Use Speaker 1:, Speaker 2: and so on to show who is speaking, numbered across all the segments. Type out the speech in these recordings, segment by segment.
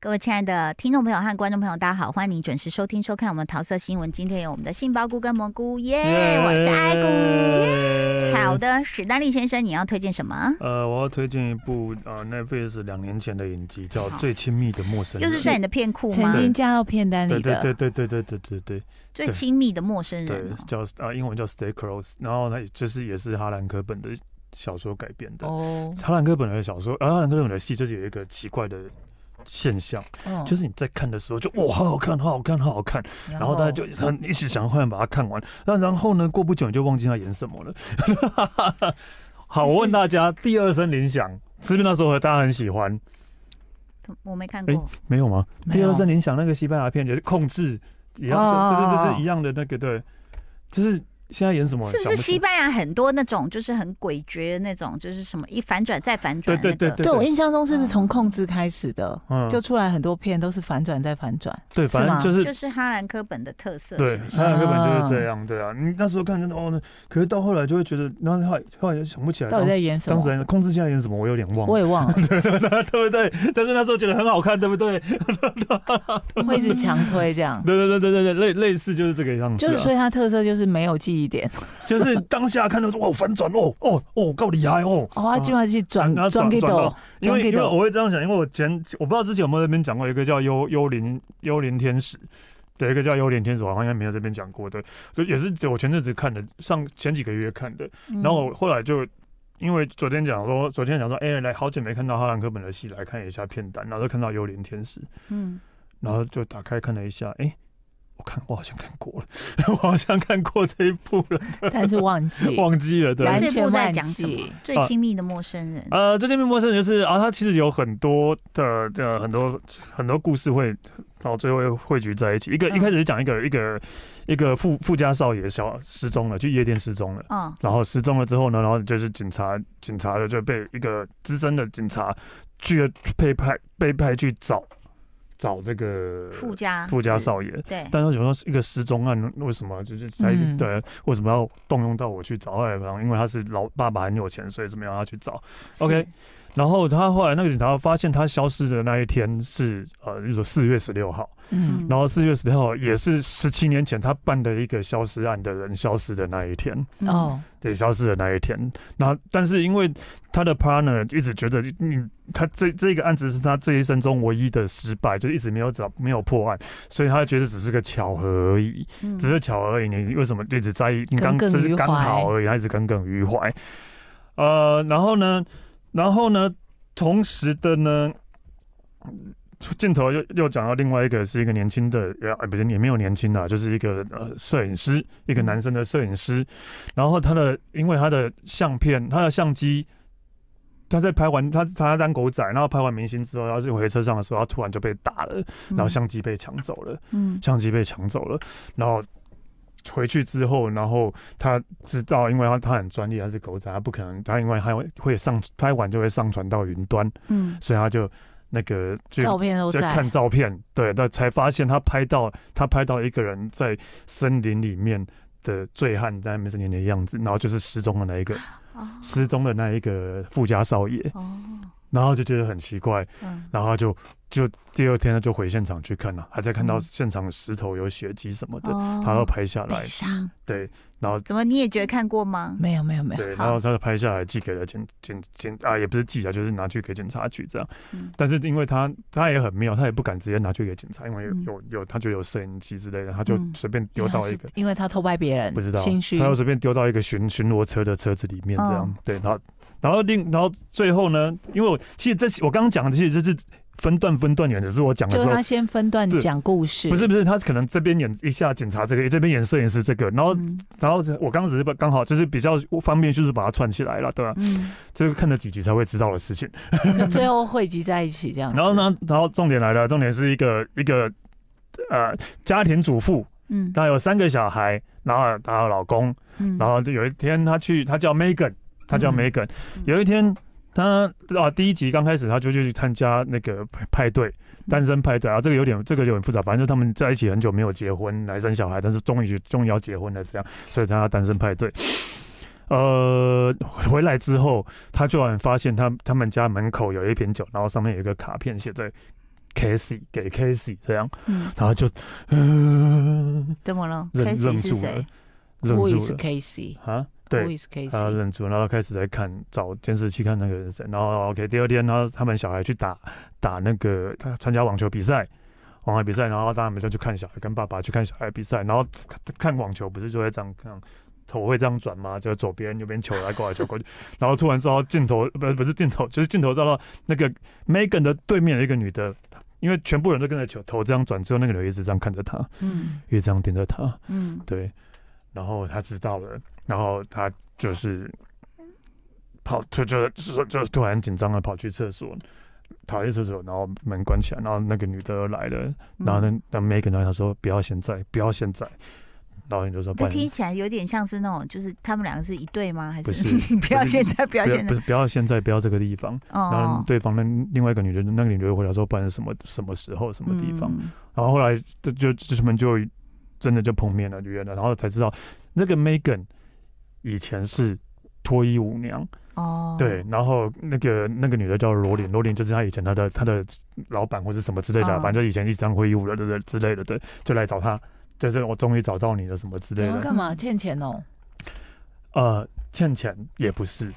Speaker 1: 各位亲爱的听众朋友和观众朋友，大家好，欢迎你准时收听收看我们桃色新闻。今天有我们的杏鲍菇跟蘑菇，耶、我是爱菇。
Speaker 2: 菇
Speaker 1: 好。的，史丹利先生，你要推荐什么？
Speaker 2: 呃，我要推荐一部呃 Netflix 两年前的影集，叫
Speaker 1: 好
Speaker 2: 《最亲密的陌生
Speaker 1: 又
Speaker 2: 人》。
Speaker 1: 是在你的片库
Speaker 3: 曾
Speaker 1: 吗？
Speaker 3: 经加到片单
Speaker 2: 对
Speaker 3: 里
Speaker 2: 对
Speaker 3: 的，
Speaker 2: 对对对对对对对
Speaker 1: 最亲密的陌生人
Speaker 2: 对
Speaker 1: 哦、，
Speaker 2: 叫啊英文叫 Stay Close，然后呢就是也是哈兰科本的小说改编的。
Speaker 3: 哦，
Speaker 2: 哈兰科本的小说，啊哈兰科本的戏就是有一个奇怪的现象，
Speaker 3: 嗯
Speaker 2: 就是你在看的时候就哇好好看，好好看，好好看，然后大家就很一起想快把它看完。那然后呢，过不久你就忘记他演什么了。好，我问大家，第二声铃响是不是那时候大家很喜欢？
Speaker 1: 我没看过。
Speaker 2: 没有吗？
Speaker 3: 没
Speaker 2: 第
Speaker 3: 有
Speaker 2: 二声铃响那个西班牙片就是控制一样，
Speaker 3: 哦
Speaker 2: 就
Speaker 3: 哦
Speaker 2: 就
Speaker 3: 哦
Speaker 2: 就就一样的那个对，就是现在演什么？
Speaker 1: 是不
Speaker 2: 想
Speaker 1: 是
Speaker 2: 起
Speaker 1: 西班牙很多那种就是很诡谲的那种，就是什么一反转再反转、
Speaker 2: 对
Speaker 1: 那个
Speaker 2: 对对对，
Speaker 3: 对我
Speaker 2: 对
Speaker 3: 印象中是不是从控制开始的，
Speaker 2: 嗯
Speaker 3: 就出来很多片都是反转再反转，
Speaker 2: 对，
Speaker 3: 是
Speaker 2: 反正
Speaker 3: 吗
Speaker 2: 就是
Speaker 1: 就是哈兰科本的特色，
Speaker 2: 对
Speaker 1: 是不，是
Speaker 2: 他根本
Speaker 3: 哦
Speaker 2: 就是这样，对啊。你那时候看真的哦，那可是到后来就会觉得，然后后来后来就想不起来，
Speaker 3: 到底
Speaker 2: 当
Speaker 3: 在
Speaker 2: 时
Speaker 3: 演什
Speaker 2: 当
Speaker 3: 么
Speaker 2: 时？还控制现在演什么，我有点忘
Speaker 3: 我
Speaker 2: 了，
Speaker 3: 也忘 了，
Speaker 2: 对不对？但是那时候觉得很好看，对不对？
Speaker 3: 会一直强推这样。
Speaker 2: 对对对对对对，类类似就是这个样子、
Speaker 3: 就
Speaker 2: 啊，
Speaker 3: 是所以它特色就是没有记忆点，
Speaker 2: 就是当下看到说哇反转哦哦哦够厉害哦，
Speaker 3: 哦，它基本上是转
Speaker 2: 然后
Speaker 3: 转给
Speaker 2: 啊转
Speaker 3: 斗
Speaker 2: 到，因为
Speaker 3: 转给
Speaker 2: 因为
Speaker 3: 斗，
Speaker 2: 我会这样想，因为我前我不知道之前有没有在这边讲过，有一个叫幽幽灵幽灵天使。对，一个叫《幽灵天使》，我好像应该没有这边讲过的，就也是我前阵子看的，上前几个月看的。
Speaker 1: 嗯
Speaker 2: 然后我后来就因为昨天讲说，昨天讲说，哎、来好久没看到哈兰科本的戏，来看一下片单，然后就看到《幽灵天使》，
Speaker 1: 嗯，
Speaker 2: 然后就打开看了一下，哎、我看我好像看过了， 我好像看过这一部了，
Speaker 3: 但是忘 记
Speaker 2: 忘记了，对。
Speaker 1: 那
Speaker 3: 完
Speaker 1: 这
Speaker 3: 全
Speaker 1: 部在
Speaker 3: 忘
Speaker 1: 讲什么
Speaker 3: 记？
Speaker 1: 最亲密的陌生人，
Speaker 2: 呃，最近面陌生人就是啊，它其实有很多的呃很多很多故事会到最后会汇聚在一起。一个、
Speaker 1: 嗯
Speaker 2: 一开始是讲一个一个一个富富家少爷小失踪了，去夜店失踪了。
Speaker 1: 嗯，
Speaker 2: 然后失踪了之后呢，然后就是警察，警察的就被一个资深的警察去被派被派去找找这个
Speaker 1: 附加
Speaker 2: 呃富家少爷。
Speaker 1: 对，
Speaker 2: 但是想说一个失踪案，为什么就是他、
Speaker 3: 嗯
Speaker 2: 对为什么要动用到我去找？后来好像因为他是老爸爸很有钱，所以怎么样他去找。
Speaker 1: 是
Speaker 2: OK 然后他后来那个警察发现他消失的那一天是呃，例如说四月十六号，
Speaker 3: 嗯
Speaker 2: 然后四月十六号也是十七年前他办的一个消失案的人消失的那一天，
Speaker 1: 嗯
Speaker 3: 哦，
Speaker 2: 对，消失的那一天。那但是因为他的 partner 一直觉得嗯，他这这个案子是他这一生中唯一的失败，就一直没有找没有破案，所以他觉得只是个巧合而已，
Speaker 1: 嗯
Speaker 2: 只是巧合而已。你为什么一直在意？你刚
Speaker 3: 耿
Speaker 2: 只
Speaker 3: 耿于
Speaker 2: 是刚
Speaker 3: 怀
Speaker 2: 好而已，他一直耿耿于怀。呃，然后呢，然后呢，同时的呢，镜头又又讲到另外一个是一个年轻的，呃，不是也没有年轻的，就是一个呃摄影师，一
Speaker 3: 嗯
Speaker 2: 个男生的摄影师。然后他的因为他的相片，他的相机。他在拍完他他当狗仔，然后拍完明星之后，然后就回车上的时候，他突然就被打了，然
Speaker 3: 嗯
Speaker 2: 后相机被抢走了。
Speaker 1: 嗯
Speaker 2: 相机被抢走了，然后回去之后，然后他知道，因为他他很专业，他是狗仔，他不可能，他因为他会会上拍完就会上传到云端，
Speaker 1: 嗯
Speaker 2: 所以他就那个就
Speaker 3: 照片都
Speaker 2: 就
Speaker 3: 在，
Speaker 2: 看照片，对，那才发现他拍到他拍到一个人在森林里面的醉汉在那边森林的样子，然后就是失踪的那一个
Speaker 3: 啊
Speaker 1: 哦
Speaker 2: 失踪的那一个富家少爷，
Speaker 1: 哦
Speaker 2: 然后就觉得很奇怪，
Speaker 1: 嗯
Speaker 2: 然后他就就第二天他就回现场去看了，还在看
Speaker 3: 嗯
Speaker 2: 到现场的石头有血迹什么的，
Speaker 1: 哦
Speaker 2: 他都拍下来
Speaker 1: 被，杀，
Speaker 2: 对，然后
Speaker 1: 怎么你也觉得看过吗？
Speaker 3: 没有没有没有，
Speaker 2: 对，
Speaker 1: 好
Speaker 2: 然后他就拍下来寄给了检检检啊，也不是寄啊，就是拿去给警察局这样
Speaker 1: 嗯。
Speaker 2: 但是因为他他也很妙，他也不敢直接拿去给警察，因为有
Speaker 1: 嗯
Speaker 2: 有有他就有摄影机之类的，他就
Speaker 1: 嗯
Speaker 2: 随便丢
Speaker 3: 因为
Speaker 2: 到
Speaker 3: 他
Speaker 2: 一
Speaker 3: 是
Speaker 2: 个。
Speaker 3: 因为他偷拍别人，
Speaker 2: 不知道，
Speaker 3: 心虚
Speaker 2: 他，又随便丢到一个巡巡逻车的车子里面这样。
Speaker 1: 嗯
Speaker 2: 对，然后然后另然后最后呢，因为我其实这我刚刚讲的其实这是分段分段演的，是我讲的
Speaker 3: 就
Speaker 2: 时候
Speaker 3: 他先分段
Speaker 2: 对
Speaker 3: 讲故事，
Speaker 2: 不是不是，他可能这边演一下警察这个，这边演摄影师这个，然后、
Speaker 1: 嗯
Speaker 2: 然后我刚刚只是把刚好就是比较方便，就是把它串起来了，对吧、
Speaker 1: 嗯
Speaker 2: 这个看了几集才会知道的事情。
Speaker 3: 就最后汇集在一起这样。
Speaker 2: 然后？呢，然后重点来了，重点是一个一个呃家庭主妇，
Speaker 1: 嗯
Speaker 2: 她有三个小孩，然后她有老公，
Speaker 1: 嗯
Speaker 2: 然后就有一天她去，她叫 Megan，她叫
Speaker 3: 嗯
Speaker 2: Megan，、
Speaker 1: 嗯
Speaker 2: 有一天。她啊，第一集刚开始她就去参加那个派派
Speaker 1: 嗯
Speaker 2: 对，单身派对啊，这个有点这个有点复杂，反正就他们在一起很久没有结婚来生小孩，但是终于终于要结婚了，这样，所以参加单身派对。呃，回来之后，他突然发现他他们家门口有一瓶酒，然后上面有一个卡片写着 Casey 给 Casey 这样，
Speaker 1: 嗯，
Speaker 2: 然后就嗯、
Speaker 1: 怎么了？
Speaker 2: 忍
Speaker 1: Casey
Speaker 2: 忍
Speaker 1: 是
Speaker 2: 住
Speaker 1: 谁
Speaker 2: 了？，忍
Speaker 3: Who is
Speaker 2: 住了
Speaker 3: Casey？
Speaker 2: 啊，对
Speaker 3: Who，is
Speaker 2: 他
Speaker 3: Casey？
Speaker 2: 忍住，然后开始在看找监视器看那个人是谁，然后 OK，第二天他他们小孩去打打那个他参加网球比赛，网球比赛，然后他们就去看小孩，跟爸爸去看小孩比赛，然后看看网球不是就会这样看。头会这样转吗？就左边右边球来过来球过去，然后突然照到镜头，不是不是镜头，就是镜头照到那个 Megan 的对面有一个女的，因为全部人都跟着球头这样转，之后那个人一直这样看着她，
Speaker 1: 嗯
Speaker 2: 一直这样盯着她，
Speaker 1: 嗯，
Speaker 2: 对，然后他知道了，然后他就是跑，就就就就突然紧张的跑去厕所，跑去厕所，然后门关起来，然后那个女的来了，然后
Speaker 1: 嗯？
Speaker 2: 那那 Megan 呢，他说不要现在，不要现在，然后你就说不
Speaker 1: 这
Speaker 2: 然
Speaker 1: 听起来有点像是那种，就是他们两个是一对吗？还
Speaker 2: 不
Speaker 1: 是
Speaker 2: 是
Speaker 1: 不要现在，不要
Speaker 2: 不
Speaker 1: 现
Speaker 2: 要
Speaker 1: 在？
Speaker 2: 不是不要现在，不要这个地方。然后
Speaker 1: 哦，
Speaker 2: 对方的另外一个女的，那个女的就回答说，不然是什么什么时候什么地方？
Speaker 1: 嗯？
Speaker 2: 然后后来就就就他们就真的就碰面了，约了，然后才知道那个 Megan 以前是脱衣舞娘，
Speaker 1: 哦，
Speaker 2: 对，，然后那个那个女的叫罗琳，罗琳就是她以前她的她的老板或是什么之类的啊，
Speaker 1: 嗯
Speaker 2: 反正就以前一直当脱衣舞的对对之类的，对，就来找她，就是我终于找到你了什么之类
Speaker 3: 你要
Speaker 2: 的，
Speaker 3: 干嘛？欠钱哦。
Speaker 2: 呃，欠钱也不是，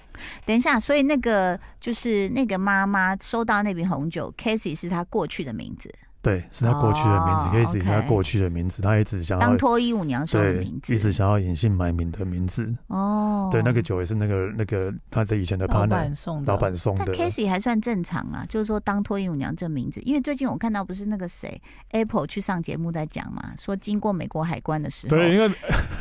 Speaker 1: 等一下，所以那个就是那个妈妈收到那瓶红酒，Casey 是她过去的名字，
Speaker 2: 对，是她过去的名字
Speaker 1: 哦，
Speaker 2: 可以是她
Speaker 1: OK
Speaker 2: 过去的名字，她一直想
Speaker 1: 当
Speaker 2: 要。
Speaker 1: 脱衣舞娘收的
Speaker 2: 对，
Speaker 1: 名字，
Speaker 2: 一直想要隐姓埋名的名字。
Speaker 1: 哦，
Speaker 2: 对，那个酒也是那个那个她的以前的
Speaker 3: 老
Speaker 2: partner，
Speaker 3: 板送的。
Speaker 2: 老板送
Speaker 1: 但
Speaker 2: 的。
Speaker 1: Casey 还算正常啊，就是说当脱衣舞娘这名字，因为最近我看到不是那个谁 Apple 去上节目在讲嘛，说经过美国海关的时候，
Speaker 2: 对，因为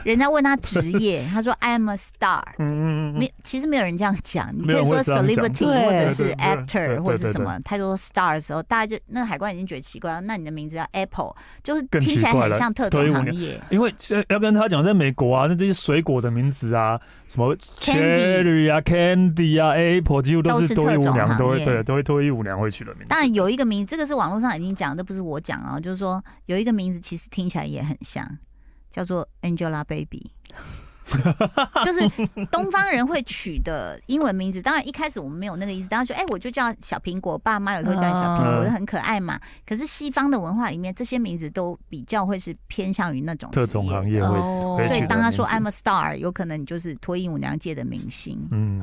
Speaker 1: 人家问他职业，他说 I'm a star。
Speaker 2: 嗯嗯嗯嗯
Speaker 1: 没，其实没有人这样讲，你可
Speaker 2: 没有
Speaker 1: 以
Speaker 2: 人
Speaker 1: 说
Speaker 2: 会这样讲
Speaker 1: celebrity
Speaker 3: 对
Speaker 1: 或者是
Speaker 2: 对对对
Speaker 1: actor
Speaker 2: 对
Speaker 1: 或者是
Speaker 2: 对
Speaker 1: 什么，太多 star 的时候，大家就那个海关已经觉得奇怪，那你的名字叫 Apple，就是
Speaker 2: 更
Speaker 1: 听起来
Speaker 2: 奇怪
Speaker 1: 很
Speaker 2: 了
Speaker 1: 像特种
Speaker 2: 脱衣舞
Speaker 1: 行
Speaker 2: 娘
Speaker 1: 业。
Speaker 2: 因为现在要跟他讲，在美国啊，那这些水果的名字啊，什么
Speaker 1: Candy
Speaker 2: cherry 啊、candy 啊、apple，几乎
Speaker 1: 都
Speaker 2: 都
Speaker 1: 是
Speaker 2: 是脱衣
Speaker 1: 特
Speaker 2: 舞
Speaker 1: 种
Speaker 2: 娘
Speaker 1: 行
Speaker 2: 都会
Speaker 1: 业
Speaker 2: 对，都会脱衣舞娘会取的名字
Speaker 1: 当。然有一个名，这个是网络上已经讲，这不是我讲啊，就是说有一个名字其实听起来也很像，叫做 Angelababy，就是东方人会取的英文名字。当然一开始我们没有那个意思，当然说哎、我就叫小苹果，爸妈有时候叫你小苹果，
Speaker 2: 嗯
Speaker 1: 就很可爱嘛。可是西方的文化里面，这些名字都比较会是偏向于那种
Speaker 2: 特种
Speaker 1: 职
Speaker 2: 行
Speaker 1: 的
Speaker 2: 业会
Speaker 3: 哦
Speaker 2: 会
Speaker 1: 所以
Speaker 2: 取的
Speaker 1: 当他说
Speaker 2: 名
Speaker 1: I'm a
Speaker 2: 字
Speaker 1: star，有可能你就是脱衣舞娘界的明星，
Speaker 2: 嗯，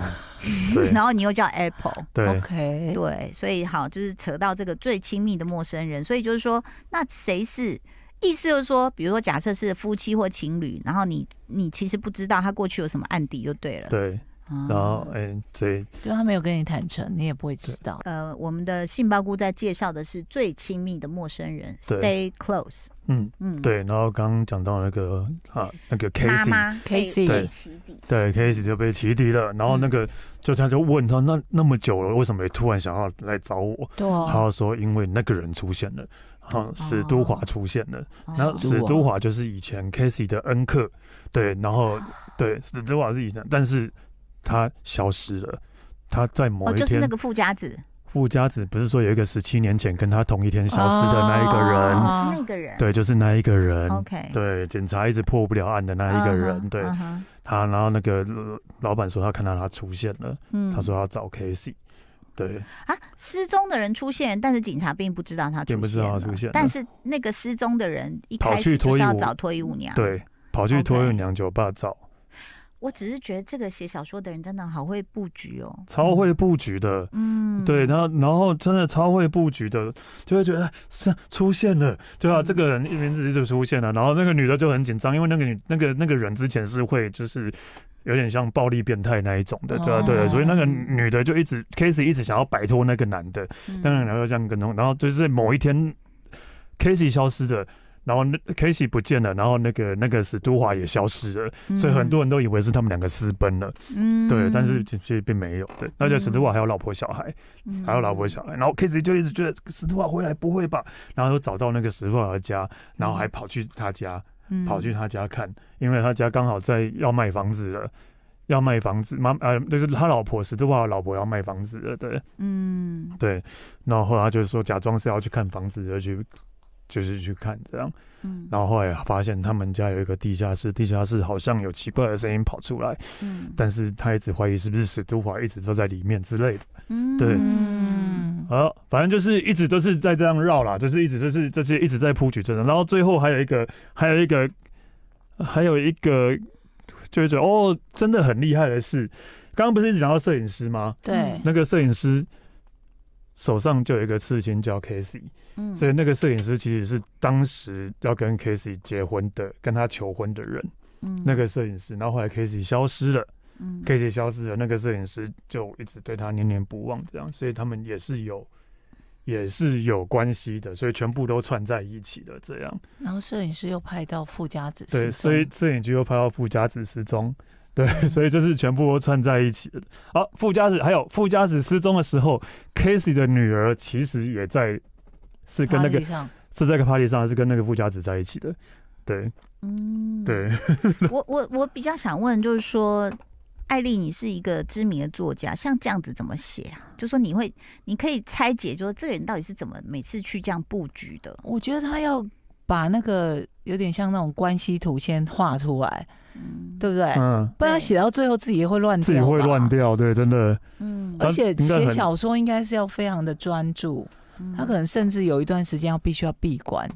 Speaker 2: 对
Speaker 1: 然后你又叫 Apple。
Speaker 2: 对，
Speaker 3: OK，
Speaker 1: 对，所以好，就是扯到这个最亲密的陌生人，所以就是说，那谁是？意思就是说，比如说，假设是夫妻或情侣，然后你你其实不知道他过去有什么案底就对了。
Speaker 2: 对，
Speaker 1: 啊
Speaker 2: 然后哎，所以
Speaker 3: 就他没有跟你坦诚，你也不会知道。
Speaker 1: 呃，我们的杏鲍菇在介绍的是最亲密的陌生人，Stay
Speaker 2: 对
Speaker 1: close。
Speaker 2: 嗯，
Speaker 1: 嗯，，
Speaker 2: 对，然后刚刚讲到那个啊，那个
Speaker 1: 妈
Speaker 2: Casey，
Speaker 1: 妈被
Speaker 3: Casey
Speaker 1: 被
Speaker 2: 对
Speaker 1: 起底。
Speaker 2: 对，Casey 就被启迪了，然后那个
Speaker 1: 嗯
Speaker 2: 就他就问他，那那么久了，为什么突然想要来找我？他
Speaker 3: 对
Speaker 1: 哦
Speaker 3: 啊，
Speaker 2: 就说因为那个人出现了，啊，史都华出现了。然后
Speaker 1: 哦
Speaker 2: 史
Speaker 3: 史
Speaker 2: 都
Speaker 3: 都
Speaker 2: 华就是以前 Casey 的恩客，对，然后对史都华是以前，但是他消失了。他在某
Speaker 1: 哦，
Speaker 2: 一
Speaker 1: 就是那
Speaker 2: 天，
Speaker 1: 个富家子，
Speaker 2: 富家子不是说有一个十七年前跟他同一天消失的那一个人，
Speaker 1: 哦是那个人。
Speaker 2: 嗯对，就是那一个人。
Speaker 1: ，OK，
Speaker 2: 对，警察一直破不了案的那一个人，对
Speaker 1: 嗯哼，
Speaker 2: 他，然后那个呃老板说他看到他出现了，
Speaker 1: 嗯
Speaker 2: 他说要找 Casey，对，
Speaker 1: 啊，失踪的人出现，但是警察并不知道他出现了，
Speaker 2: 并不知道他出现了
Speaker 1: 但是那个失踪的人一
Speaker 2: 跑
Speaker 1: 开
Speaker 2: 去
Speaker 1: 始就
Speaker 2: 脱
Speaker 1: 是
Speaker 2: 衣
Speaker 1: 要
Speaker 2: 舞
Speaker 1: 找脱衣舞娘。，
Speaker 2: 对，跑去托
Speaker 1: OK
Speaker 2: 运娘酒吧找，
Speaker 1: 我只是觉得这个写小说的人真的好会布局哦。
Speaker 2: 超会布局的，
Speaker 1: 嗯，
Speaker 2: 对，然后然后真的超会布局的，就会觉得哎是出现了，对啊，
Speaker 1: 嗯
Speaker 2: 这个人名字就出现了，然后那个女的就很紧张，因为那个女那个那个人之前是会就是有点像暴力变态那一种的，对啊，
Speaker 3: 哦
Speaker 2: 对啊，所以那个女的就一直 Casey 一直想要摆脱那个男的，
Speaker 1: 嗯，
Speaker 2: 但是然后这样跟踪，然后就是某一天 Casey 消失了。然后那 Casey 不见了，然后那个那个史都华也消失了，
Speaker 1: 嗯
Speaker 2: 所以很多，人都以为是他们两个私奔了，
Speaker 1: 嗯
Speaker 2: 对，但是其其实并没有，对，而且史都华还有老婆小孩，
Speaker 1: 嗯
Speaker 2: 还有老婆，小孩，然后 K 就一直觉得石头华回来不会吧，然后又找到那个石头华的家，然后还跑去他家，
Speaker 1: 嗯
Speaker 2: 跑去，他家看，因为他家刚好在要卖房子了，要卖房子，妈呃就是他老婆石头华的老婆要卖房子了，对
Speaker 1: 嗯
Speaker 2: 对，然后后来他就说假装是要去看房子就去。就是去看这样，
Speaker 1: 嗯，
Speaker 2: 然后后来发现他们家有一个地下室，地下室好像有奇怪的声音跑出来，
Speaker 1: 嗯
Speaker 2: 但是他一直怀疑是不是史都华一直都在里面之类的。
Speaker 1: 嗯
Speaker 2: 对
Speaker 1: 嗯，
Speaker 2: 好，反正就是一直都是在这样绕啦，就是一直就是这些一直在铺举证的，然后最后还有一个，还有一个，还有一个，就会觉得哦，真的很厉害的是，刚刚不是一直讲到摄影师吗？
Speaker 3: 对，
Speaker 2: 那个摄影师手上就有一个刺青叫 Casey，
Speaker 1: 嗯
Speaker 2: 所以那个摄影师其实是当时要跟 Casey 结婚的，跟他求婚的人，嗯
Speaker 3: 嗯
Speaker 2: 那个摄影师，然后后来 Casey 消失了。
Speaker 1: 嗯
Speaker 2: K 姐消失了，那个摄影师就一直对他念念不忘，这样，所以他们也是有，也是有关系的，所以全部都串在一起的这样。
Speaker 3: 然后摄影师又拍到富家子
Speaker 2: 对，
Speaker 3: 失
Speaker 2: 所以
Speaker 3: 踪嗯
Speaker 2: 摄影机又拍到富家子失踪，对，所以就是全部都串在一起的。好，富家子还有富家子失踪的时候，Casey 的女儿其实也在，是跟那个
Speaker 3: party 上
Speaker 2: 是在个 party 上，是跟那个富家子在一起的。对
Speaker 1: 嗯，
Speaker 2: 对，
Speaker 1: 我我我比较想问，就是说，艾丽，你是一个知名的作家，像这样子怎么写啊？就说你会，你可以拆解，就是这个人到底是怎么每次去这样布局的？
Speaker 3: 我觉得他要把那个有点像那种关系图先画出来，
Speaker 1: 嗯，
Speaker 3: 对不对？
Speaker 2: 嗯，
Speaker 3: 不然
Speaker 1: 对
Speaker 3: 他写到最后自己也会乱掉，
Speaker 2: 自己会乱。掉，对，真的，
Speaker 1: 嗯，
Speaker 3: 而且
Speaker 2: 他应该
Speaker 3: 写
Speaker 2: 很
Speaker 3: 小说应该是要非常的专注，
Speaker 1: 嗯
Speaker 3: 他可能甚至有一段时间要必须要闭关，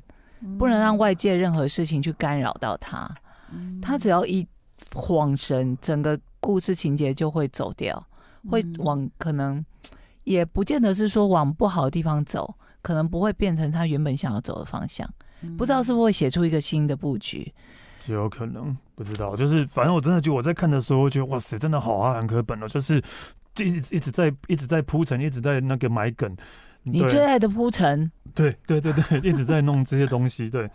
Speaker 3: 不能让外界任何事情去干扰到他。
Speaker 1: 嗯
Speaker 3: 他只要一晃神，整个故事情节就会走掉，会
Speaker 1: 嗯
Speaker 3: 往可能也不见得是说往不好的地方走，可能不会变成他原本想要走的方向。
Speaker 1: 嗯
Speaker 3: 不知道是不是会写出一个新的布局。
Speaker 2: 就有可能不知道，就是反正我真的觉得我在看的时候，觉得哇塞，真的好啊，很可本哦，就是就一直一直在一直在铺陈，一直在那个埋梗。
Speaker 3: 你最
Speaker 2: 对
Speaker 3: 爱的铺陈，
Speaker 2: 对对对对，一直在弄这些东西，对，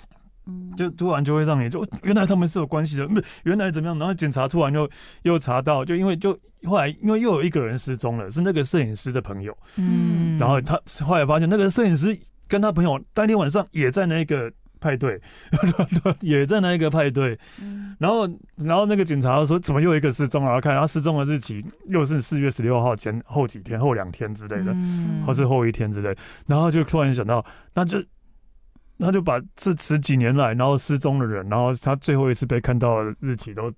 Speaker 1: 嗯
Speaker 2: 就突然就会让你就原来他们是有关系的，不原来怎么样，然后警察突然又又查到，就因为就后来因为又有一个人失踪了，是那个摄影师的朋友，
Speaker 1: 嗯
Speaker 2: 然后他后来发现那个摄影师跟他朋友当天晚上也在那个派对， 也在那个派对，
Speaker 1: 嗯
Speaker 2: 然后，然后那个警察说，怎么又一个失踪了？然啊后看，然后失踪的日期又是四月十六号前后几天、后两天之类的，
Speaker 3: 嗯
Speaker 2: 或是后一天之类。然后就突然想到，那就那就把这十几年来然后失踪的人，然后他最后一次被看到的日期都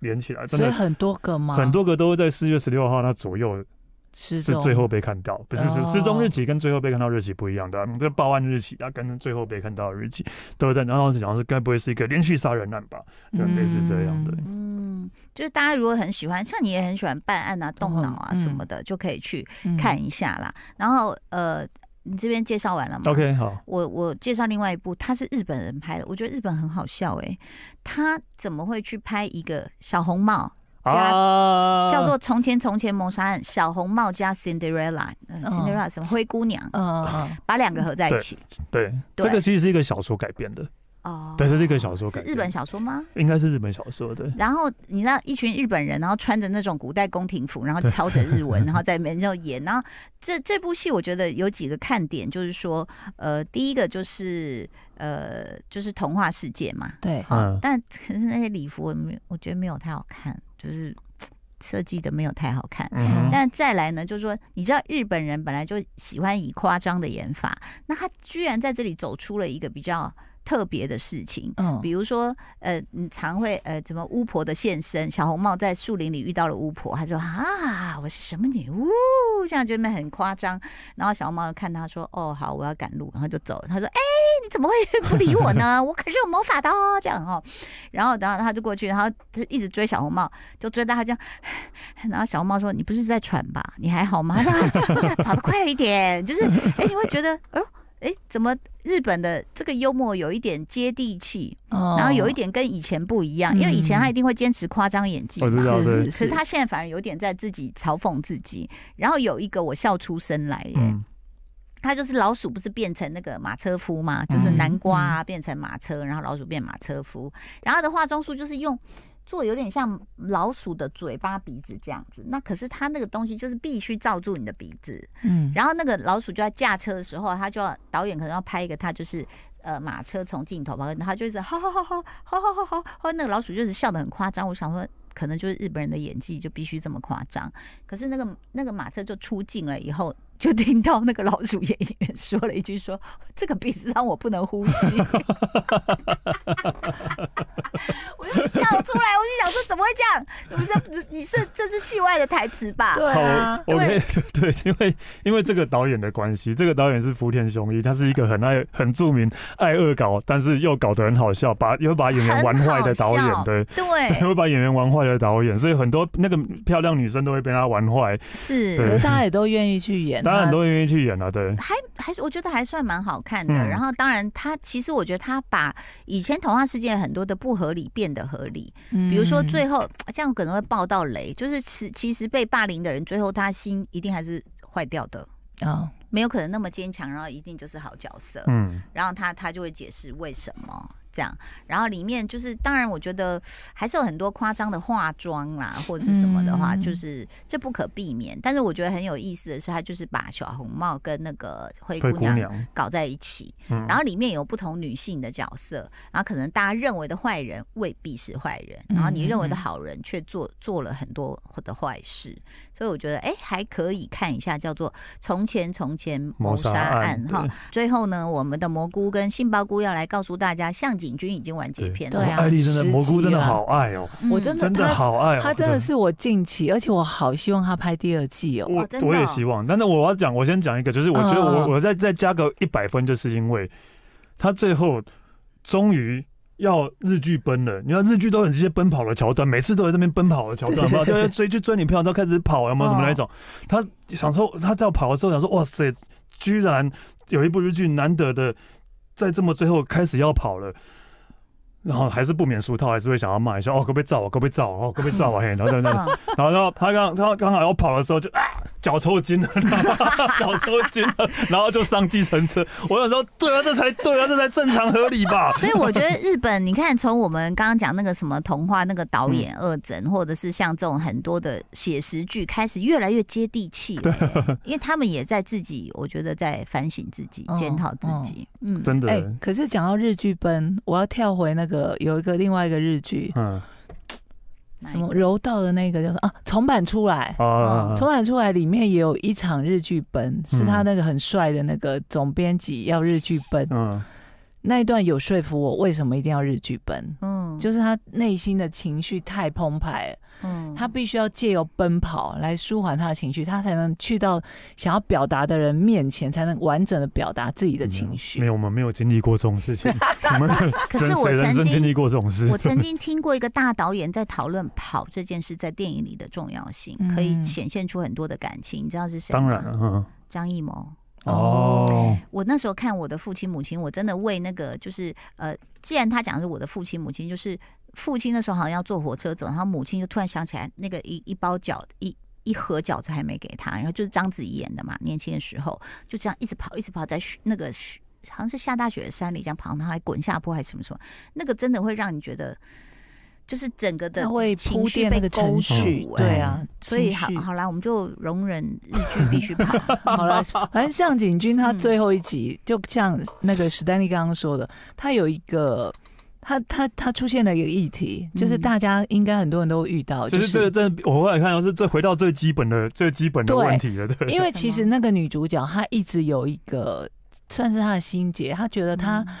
Speaker 2: 连起来，真
Speaker 3: 所以
Speaker 2: 的
Speaker 3: 很多个吗？
Speaker 2: 很多个都在四月十六号那左右
Speaker 3: 失
Speaker 2: 是
Speaker 3: 踪，
Speaker 2: 最后被看到，不是是
Speaker 3: 哦
Speaker 2: 失踪日期跟最后被看到日期不一样的、啊，这报案日期啊跟最后被看到的日期都在。然后想是该不会是一个连续杀人案吧？就类似这样的
Speaker 3: 嗯
Speaker 1: 嗯，就是大家如果很喜欢，像你也很喜欢办案啊、动
Speaker 3: 哦
Speaker 1: 脑啊
Speaker 3: 嗯
Speaker 1: 什么的，就可以去看一下啦。然后呃，你这边介绍完了吗
Speaker 2: OK，好。
Speaker 1: 我我介绍另外一部，它是日本人拍的，我觉得日本很好笑哎、他怎么会去拍一个小红帽，加
Speaker 2: 啊
Speaker 1: 叫做《从前从前谋杀案》，小红帽加 Cinderella，嗯、
Speaker 3: 嗯
Speaker 1: Cinderella 什么灰姑娘，
Speaker 3: 嗯，嗯
Speaker 1: 把两个合在一起
Speaker 2: 哦对，
Speaker 1: 对
Speaker 2: 这个其实是一个小说改编的，
Speaker 1: 哦
Speaker 2: 对这是一个小说
Speaker 1: 是
Speaker 2: 改
Speaker 1: 日
Speaker 2: 编
Speaker 1: 本小说吗？
Speaker 2: 应该是日本小说对，
Speaker 1: 然后你知道一群日本人，然后穿着那种古代宫廷服，然后
Speaker 2: 对
Speaker 1: 操着日 文，然后在里面就演。然后这这部戏我觉得有几个看点，就是说，呃，第一个就是呃，就是童话世界嘛，
Speaker 3: 对，
Speaker 1: 好
Speaker 2: 嗯，
Speaker 1: 但可是那些礼服我没有，我觉得没有太好看，就是嘖设计的没有太好看。
Speaker 2: 嗯哼，
Speaker 1: 但再来呢，就是说，你知道日本人本来就喜欢以夸张的演法，那他居然在这里走出了一个比较特别的事情，
Speaker 3: 嗯，
Speaker 1: 比如说，呃，你常会呃，怎么巫婆的现身，小红帽在树林里遇到了巫婆，她说啊，我是什么女巫，这样就那边很夸张。然后小红帽看她说，哦，好，我要赶路，然后就走了。她说，哎、你怎么会不理我呢？ 我可是有魔法的哦，这样哦。然后，然后他就过去，然后他一直追小红帽，就 追到他这样。然后小红帽说，你不是在喘吧？你还好吗？她说哎跑得快了一点，就是，哎、你会觉得，哎呦，哎，怎么日本的这个幽默有一点接地气？
Speaker 3: 嗯，
Speaker 1: 然后有一点跟以前不一样，因为以前他一定会坚持夸张演技
Speaker 2: 我知
Speaker 1: 嘛。
Speaker 2: 道
Speaker 3: 是
Speaker 2: 哦对
Speaker 3: 是
Speaker 1: 可是
Speaker 3: 是，
Speaker 1: 他现在反而有点在自己嘲讽自己，然后有一个我笑出声来耶，
Speaker 2: 嗯，
Speaker 1: 他就是老鼠不是变成那个马车夫嘛，就是
Speaker 2: 嗯
Speaker 1: 南瓜啊变成马车，然后老鼠变马车夫，然后他的化妆术就是用做有点像老鼠的嘴巴鼻子这样子，那可是他那个东西就是必须罩住你的鼻子，
Speaker 3: 嗯
Speaker 1: 然后那个老鼠就在驾车的时候，他就要导演可能要拍一个他就是呃马车从镜头旁边，然后他就一直吼吼吼吼吼吼吼吼吼，那个老鼠就是笑得很夸张。我想说，可能就是日本人的演技就必须这么夸张。可是那个那个马车就出镜了以后，就听到那个老鼠演员 说了一句说：“这个鼻子让我不能呼吸。” 我就笑出来，我就想说怎么会这样？你们这你是这是戏外的台词吧？
Speaker 3: 对啊，
Speaker 2: 我可
Speaker 1: 对
Speaker 2: 以 对，因为因为这个导演的关系，这个导演是福田雄一，他是一个很爱很著名爱恶搞，但是又搞得很好笑，把又把演员玩坏的导
Speaker 1: 很
Speaker 2: 演
Speaker 1: 好，哎
Speaker 2: 对。对，
Speaker 1: 对，
Speaker 2: 会把演员玩坏的导演，所以很多那个漂亮女生都会被他玩坏，
Speaker 1: 哎
Speaker 3: 可
Speaker 1: 是
Speaker 2: 对
Speaker 3: 是大家也都愿意去演，
Speaker 2: 当然
Speaker 3: 他
Speaker 2: 都愿意去演了、啊对，
Speaker 1: 还还是我觉得还算蛮好看的。
Speaker 2: 嗯
Speaker 1: 然后当然他其实我觉得他把以前童话世界很多的不合理变得合理，比如说
Speaker 3: 嗯
Speaker 1: 最后这样可能会爆到雷，就是其其实被霸凌的人最后他心一定还是坏掉的。
Speaker 3: 啊，
Speaker 1: 没有可能那么坚强，然后一定就是好角色。
Speaker 2: 嗯，
Speaker 1: 然后他他就会解释为什么这样，然后里面就是当然我觉得还是有很多夸张的化妆啦或者是什么的话，
Speaker 3: 嗯
Speaker 1: 就是这不可避免。但是我觉得很有意思的是，他就是把小红帽跟那个灰
Speaker 2: 灰
Speaker 1: 姑
Speaker 2: 姑
Speaker 1: 娘
Speaker 2: 娘，
Speaker 1: 搞在一起，
Speaker 2: 嗯
Speaker 1: 然后里面有不同女性的角色，然后可能大家认为的坏人未必是坏人，
Speaker 3: 嗯
Speaker 1: 然后你认为的好人却做做了很多的坏事，所以我觉得哎还可以看一下，叫做《从前从前谋
Speaker 2: 谋
Speaker 1: 杀
Speaker 2: 杀
Speaker 1: 案
Speaker 2: 案》
Speaker 1: 哈。最后呢，我们的蘑菇跟杏鲍菇要来告诉大家，向井君已经完结篇了。
Speaker 3: 对
Speaker 2: 哇
Speaker 3: 啊
Speaker 2: 艾丽真的
Speaker 3: 十
Speaker 2: 蘑菇真的
Speaker 3: 集啊
Speaker 2: 好爱哦、
Speaker 1: 嗯
Speaker 3: 我真的
Speaker 2: 真的
Speaker 3: 他
Speaker 2: 好爱、哦，
Speaker 3: 他真的是我近期，而且我好希望他拍第二季哦。
Speaker 2: 我、
Speaker 1: 哦真的
Speaker 2: 我也
Speaker 1: 哦
Speaker 2: 希望，但是我要讲，我先讲一个，就是我觉得我、
Speaker 3: 嗯嗯嗯
Speaker 2: 我再再加个一百分，就是因为他最后终于要日剧奔了。你看日剧都很这些奔跑的桥段，每次都在这边奔跑的桥段，
Speaker 3: 对
Speaker 2: 有没有就要追去追女朋友，都开始跑，有没有什么那一种？
Speaker 3: 嗯
Speaker 2: 他想说他在跑的时候想说，哇塞，居然有一部日剧难得的在这么最后开始要跑了。然后还是不免俗套，还是会想要骂一下哦，可不可以照我？可不可以照我？哦，可不可以照我？嘿，然后在那
Speaker 1: 嗯
Speaker 2: 然后他刚他刚好要跑的时候就啊脚抽筋了，脚抽筋了，然后就上计程车。我有时候对啊，这才对啊，这才正常合理 吧？
Speaker 1: 所以我觉得日本，你看从我们刚刚讲那个什么童话那个导演二诊，或者是像这种很多的写实剧，开始越来越接地气了耶，因为他们也在自己，我觉得在反省自己、
Speaker 3: 嗯
Speaker 1: 检讨自己。嗯，
Speaker 2: 真的，
Speaker 3: 哎、可是讲到日剧奔，我要跳回那个有一个另外一个日剧，
Speaker 2: 嗯
Speaker 1: 哪一
Speaker 3: 什么
Speaker 1: 个
Speaker 3: 柔道的那个叫做啊重版出来，
Speaker 2: 啊，
Speaker 3: 重版出来里面也有一场日剧奔，是他那个很帅的那个总编辑要日剧奔、
Speaker 2: 嗯
Speaker 3: 那一段有说服我为什么一定要日剧奔，
Speaker 1: 嗯，
Speaker 3: 就是他内心的情绪太澎湃了。
Speaker 1: 嗯
Speaker 3: 他必须要借由奔跑来舒缓他的情绪，他才能去到想要表达的人面前，才能完整的表达自己的情
Speaker 2: 嗯没
Speaker 3: 绪。
Speaker 2: 有，我们没有经历过这种事情，我们
Speaker 1: 可
Speaker 2: 人
Speaker 1: 是我
Speaker 2: 谁人
Speaker 1: 曾
Speaker 2: 生经
Speaker 1: 经。
Speaker 2: 历过这种事
Speaker 1: 我？曾经听过一个大导演在讨论跑这件事在电影里的重要性，
Speaker 3: 嗯
Speaker 1: 可以显现出很多的感情。你知道是谁吗？
Speaker 2: 当然了，嗯
Speaker 1: 张艺谋。
Speaker 2: 哦，
Speaker 1: 我那时候看我的父亲母亲，我真的为那个就是呃，既然他讲是我的父亲母亲，就是父亲那时候好像要坐火车走，然后母亲就突然想起来那个一一包饺一。一盒饺子还没给他，然后就是章子怡演的嘛，年轻的时候就这样一直跑，一直跑，在雪那个雪好像是下大雪的山里这样跑，然后还滚下坡还是什么什么，那个真的会让你觉得，就是整个的
Speaker 3: 他会
Speaker 1: 情
Speaker 3: 铺
Speaker 1: 绪
Speaker 3: 垫
Speaker 1: 被
Speaker 3: 那个
Speaker 1: 勾
Speaker 3: 程
Speaker 1: 住
Speaker 3: 序，
Speaker 1: 哎
Speaker 2: 嗯
Speaker 3: 对啊，
Speaker 1: 所以
Speaker 3: 情
Speaker 1: 好
Speaker 3: 绪
Speaker 1: 好啦，我们就容忍日剧必须跑，
Speaker 3: 好了，反正向井君
Speaker 1: 嗯
Speaker 3: 他最后一集，就像那个史丹利刚刚说的，他有一个。他他他出现了一个议题，就是
Speaker 1: 嗯
Speaker 3: 大家应该很多人都会遇到，
Speaker 2: 就是这个，真的，我后来看到是最回到最基本的、最基本的
Speaker 3: 对
Speaker 2: 问题了，对，
Speaker 3: 因为其实那个女主角她一直有一个算是她的心结，她觉得她
Speaker 1: 嗯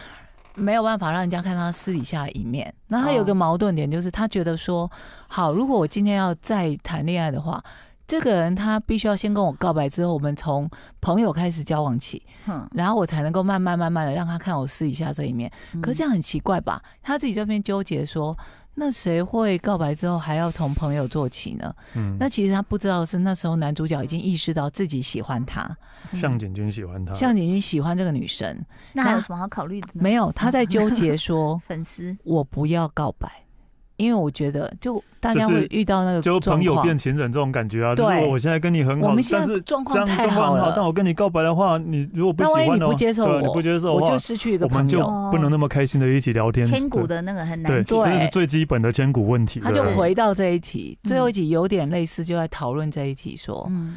Speaker 3: 没有办法让人家看他私底下的一面。那他
Speaker 1: 哦
Speaker 3: 有个矛盾点，就是他觉得说，好，如果我今天要再谈恋爱的话，这个人他必须要先跟我告白之后，我们从朋友开始交往起，
Speaker 1: 哼
Speaker 3: 然后我才能够慢慢慢慢的让他看我私底下这一面。可是这
Speaker 1: 样
Speaker 3: 样很奇怪吧？他自己这边纠结说。那谁会告白之后还要从朋友做起呢？
Speaker 2: 嗯，
Speaker 3: 那其实他不知道的是那时候男主角已经意识到自己喜欢她，
Speaker 2: 向井君喜欢他，
Speaker 3: 嗯向井君喜欢这个女生，
Speaker 1: 嗯那还有什么好考虑的呢？
Speaker 3: 没有他在纠结说，
Speaker 1: 粉丝，
Speaker 3: 我不要告白，因为我觉得就大家
Speaker 2: 就是
Speaker 3: 会遇到那个
Speaker 2: 就朋友
Speaker 3: 状况
Speaker 2: 变情人这种感觉啊，就是
Speaker 3: 对
Speaker 2: 我现在跟你很好，
Speaker 3: 我们现
Speaker 2: 但
Speaker 3: 在
Speaker 2: 是
Speaker 3: 状
Speaker 2: 这
Speaker 3: 况
Speaker 2: 样
Speaker 3: 太
Speaker 2: 就很
Speaker 3: 好了，
Speaker 2: 但我跟你告白的话，你如果不
Speaker 3: 那
Speaker 2: 喜
Speaker 3: 万一
Speaker 2: 欢
Speaker 3: 你
Speaker 2: 的话，
Speaker 3: 不接受
Speaker 2: 对啊
Speaker 3: 我
Speaker 2: 你不接受
Speaker 3: 我
Speaker 2: 的话
Speaker 3: 就，失去一
Speaker 2: 我
Speaker 3: 个
Speaker 2: 们
Speaker 3: 朋
Speaker 2: 就
Speaker 3: 友。
Speaker 2: 不能那么开心的一起聊天。
Speaker 1: 千古的那个很
Speaker 2: 对，
Speaker 1: 难解
Speaker 2: 这
Speaker 3: 对
Speaker 2: 这是最基本的千古问题了。
Speaker 3: 他就
Speaker 1: 对
Speaker 3: 回到这一题，
Speaker 1: 嗯
Speaker 3: 最后一集有点类似，就在讨论这一题说，
Speaker 1: 嗯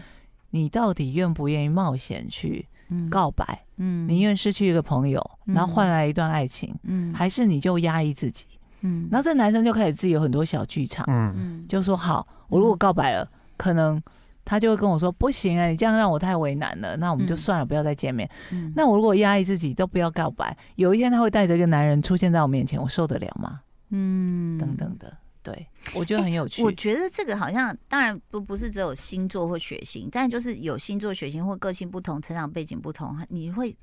Speaker 3: 你到底愿不愿意冒险去
Speaker 1: 嗯
Speaker 3: 告白？
Speaker 1: 嗯
Speaker 3: 宁愿失去一个朋友，
Speaker 1: 嗯
Speaker 3: 然后换来一段爱情，
Speaker 1: 嗯
Speaker 3: 还是你就压抑自己？
Speaker 1: 嗯
Speaker 3: 然后这男生就开始自己有很多小剧场，
Speaker 2: 嗯，
Speaker 1: 嗯
Speaker 3: 就说好，我如果告白了，可能他就会跟我说不行啊，你这样让我太为难了，那我们就
Speaker 1: 嗯
Speaker 3: 算了，不要再见面。
Speaker 1: 嗯
Speaker 3: 那我如果压抑自己，都不要告白，有一天他会带着一个男人出现在我面前，我受得了吗？
Speaker 1: 嗯
Speaker 3: 等等的，对我觉得很有趣。
Speaker 1: 我觉得这个好像，当然不不是只有星座或血型，但就是有星座、血型或个性不同、成长背景不同，你会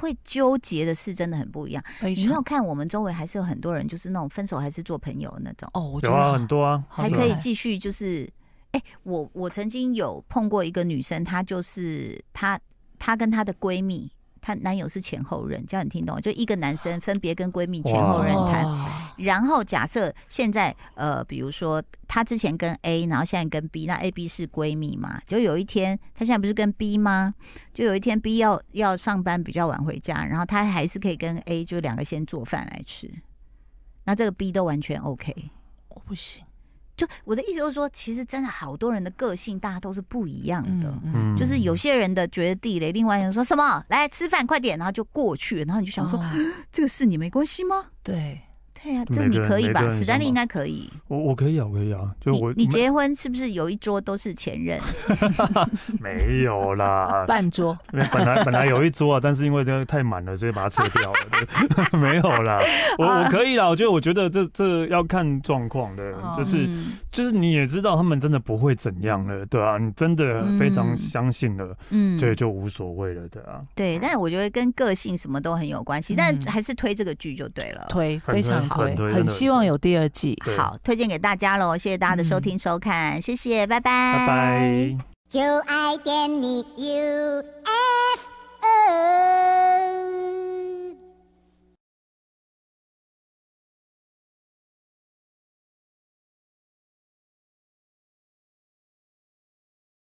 Speaker 1: 会纠结的事真的很不一样。
Speaker 3: 非
Speaker 1: 你没有
Speaker 3: 常
Speaker 1: 看我们周围还是有很多人，就是那种分手还是做朋友的那种，
Speaker 3: 哦，我觉
Speaker 2: 有
Speaker 3: 得
Speaker 2: 啊，
Speaker 3: 好
Speaker 2: 很多啊，
Speaker 3: 好
Speaker 1: 还
Speaker 3: 厉
Speaker 1: 可以
Speaker 3: 害
Speaker 1: 继续就是，哎、我我曾经有碰过一个女生，她就是她她跟她的闺蜜。她男友是前后任，这样你听懂吗？就一个男生分别跟闺蜜前后任谈，
Speaker 3: 哇
Speaker 1: 然后假设现在呃，比如说她之前跟 A，然后现在跟 B，那 A、B 是闺蜜嘛？就有一天她现在不是跟 B 吗？就有一天 B 要要上班比较晚回家，然后她还是可以跟 A 就两个先做饭来吃，那这个 B 都完全 OK。哦
Speaker 3: 我不行，
Speaker 1: 就我的意思就是说，其实真的好多人的个性大家都是不一样的。
Speaker 3: 嗯嗯，
Speaker 2: 嗯，
Speaker 1: 就是有些人的觉得地雷，另外一个人说什么来吃饭快点，然后就过去了，然后你就想说、
Speaker 3: 哦
Speaker 1: 这个事你没关系吗？
Speaker 3: 对，，
Speaker 1: 对呀、啊，
Speaker 2: 每
Speaker 1: 这你
Speaker 2: 个人
Speaker 1: 可以
Speaker 2: 每个
Speaker 1: 吧？
Speaker 2: 人
Speaker 1: 史
Speaker 2: 想
Speaker 1: 丹利
Speaker 2: 法
Speaker 1: 应该可以。
Speaker 2: 我我可以啊，我可以啊，就
Speaker 1: 你
Speaker 2: 我
Speaker 1: 你结婚是不是有一桌都是前任？
Speaker 2: 没有啦
Speaker 3: 半桌
Speaker 2: 因为本来本来有一桌啊，但是因为这个太满了，所以把它撤掉了。 对没有啦，我我
Speaker 1: 啊
Speaker 2: 可以啦，我觉得我觉得这这要看状况的
Speaker 3: 哦，
Speaker 2: 就是
Speaker 1: 嗯
Speaker 2: 就是你也知道他们真的不会怎样了，对啊，你真的非常相信了，
Speaker 1: 嗯
Speaker 2: 这就无所谓了，对啊。
Speaker 1: 对，但我觉得跟个性什么都很有关系，
Speaker 3: 嗯
Speaker 1: 但还是推这个剧就对了。
Speaker 3: 推非常
Speaker 2: 很推很推
Speaker 3: 很
Speaker 2: 真的
Speaker 3: 希望有第二季。
Speaker 2: 对
Speaker 1: 好，推荐给大家喽，谢谢大家的
Speaker 3: 嗯
Speaker 1: 收听收看，谢谢，拜拜，
Speaker 2: 拜拜。
Speaker 4: 就爱点你 UFO。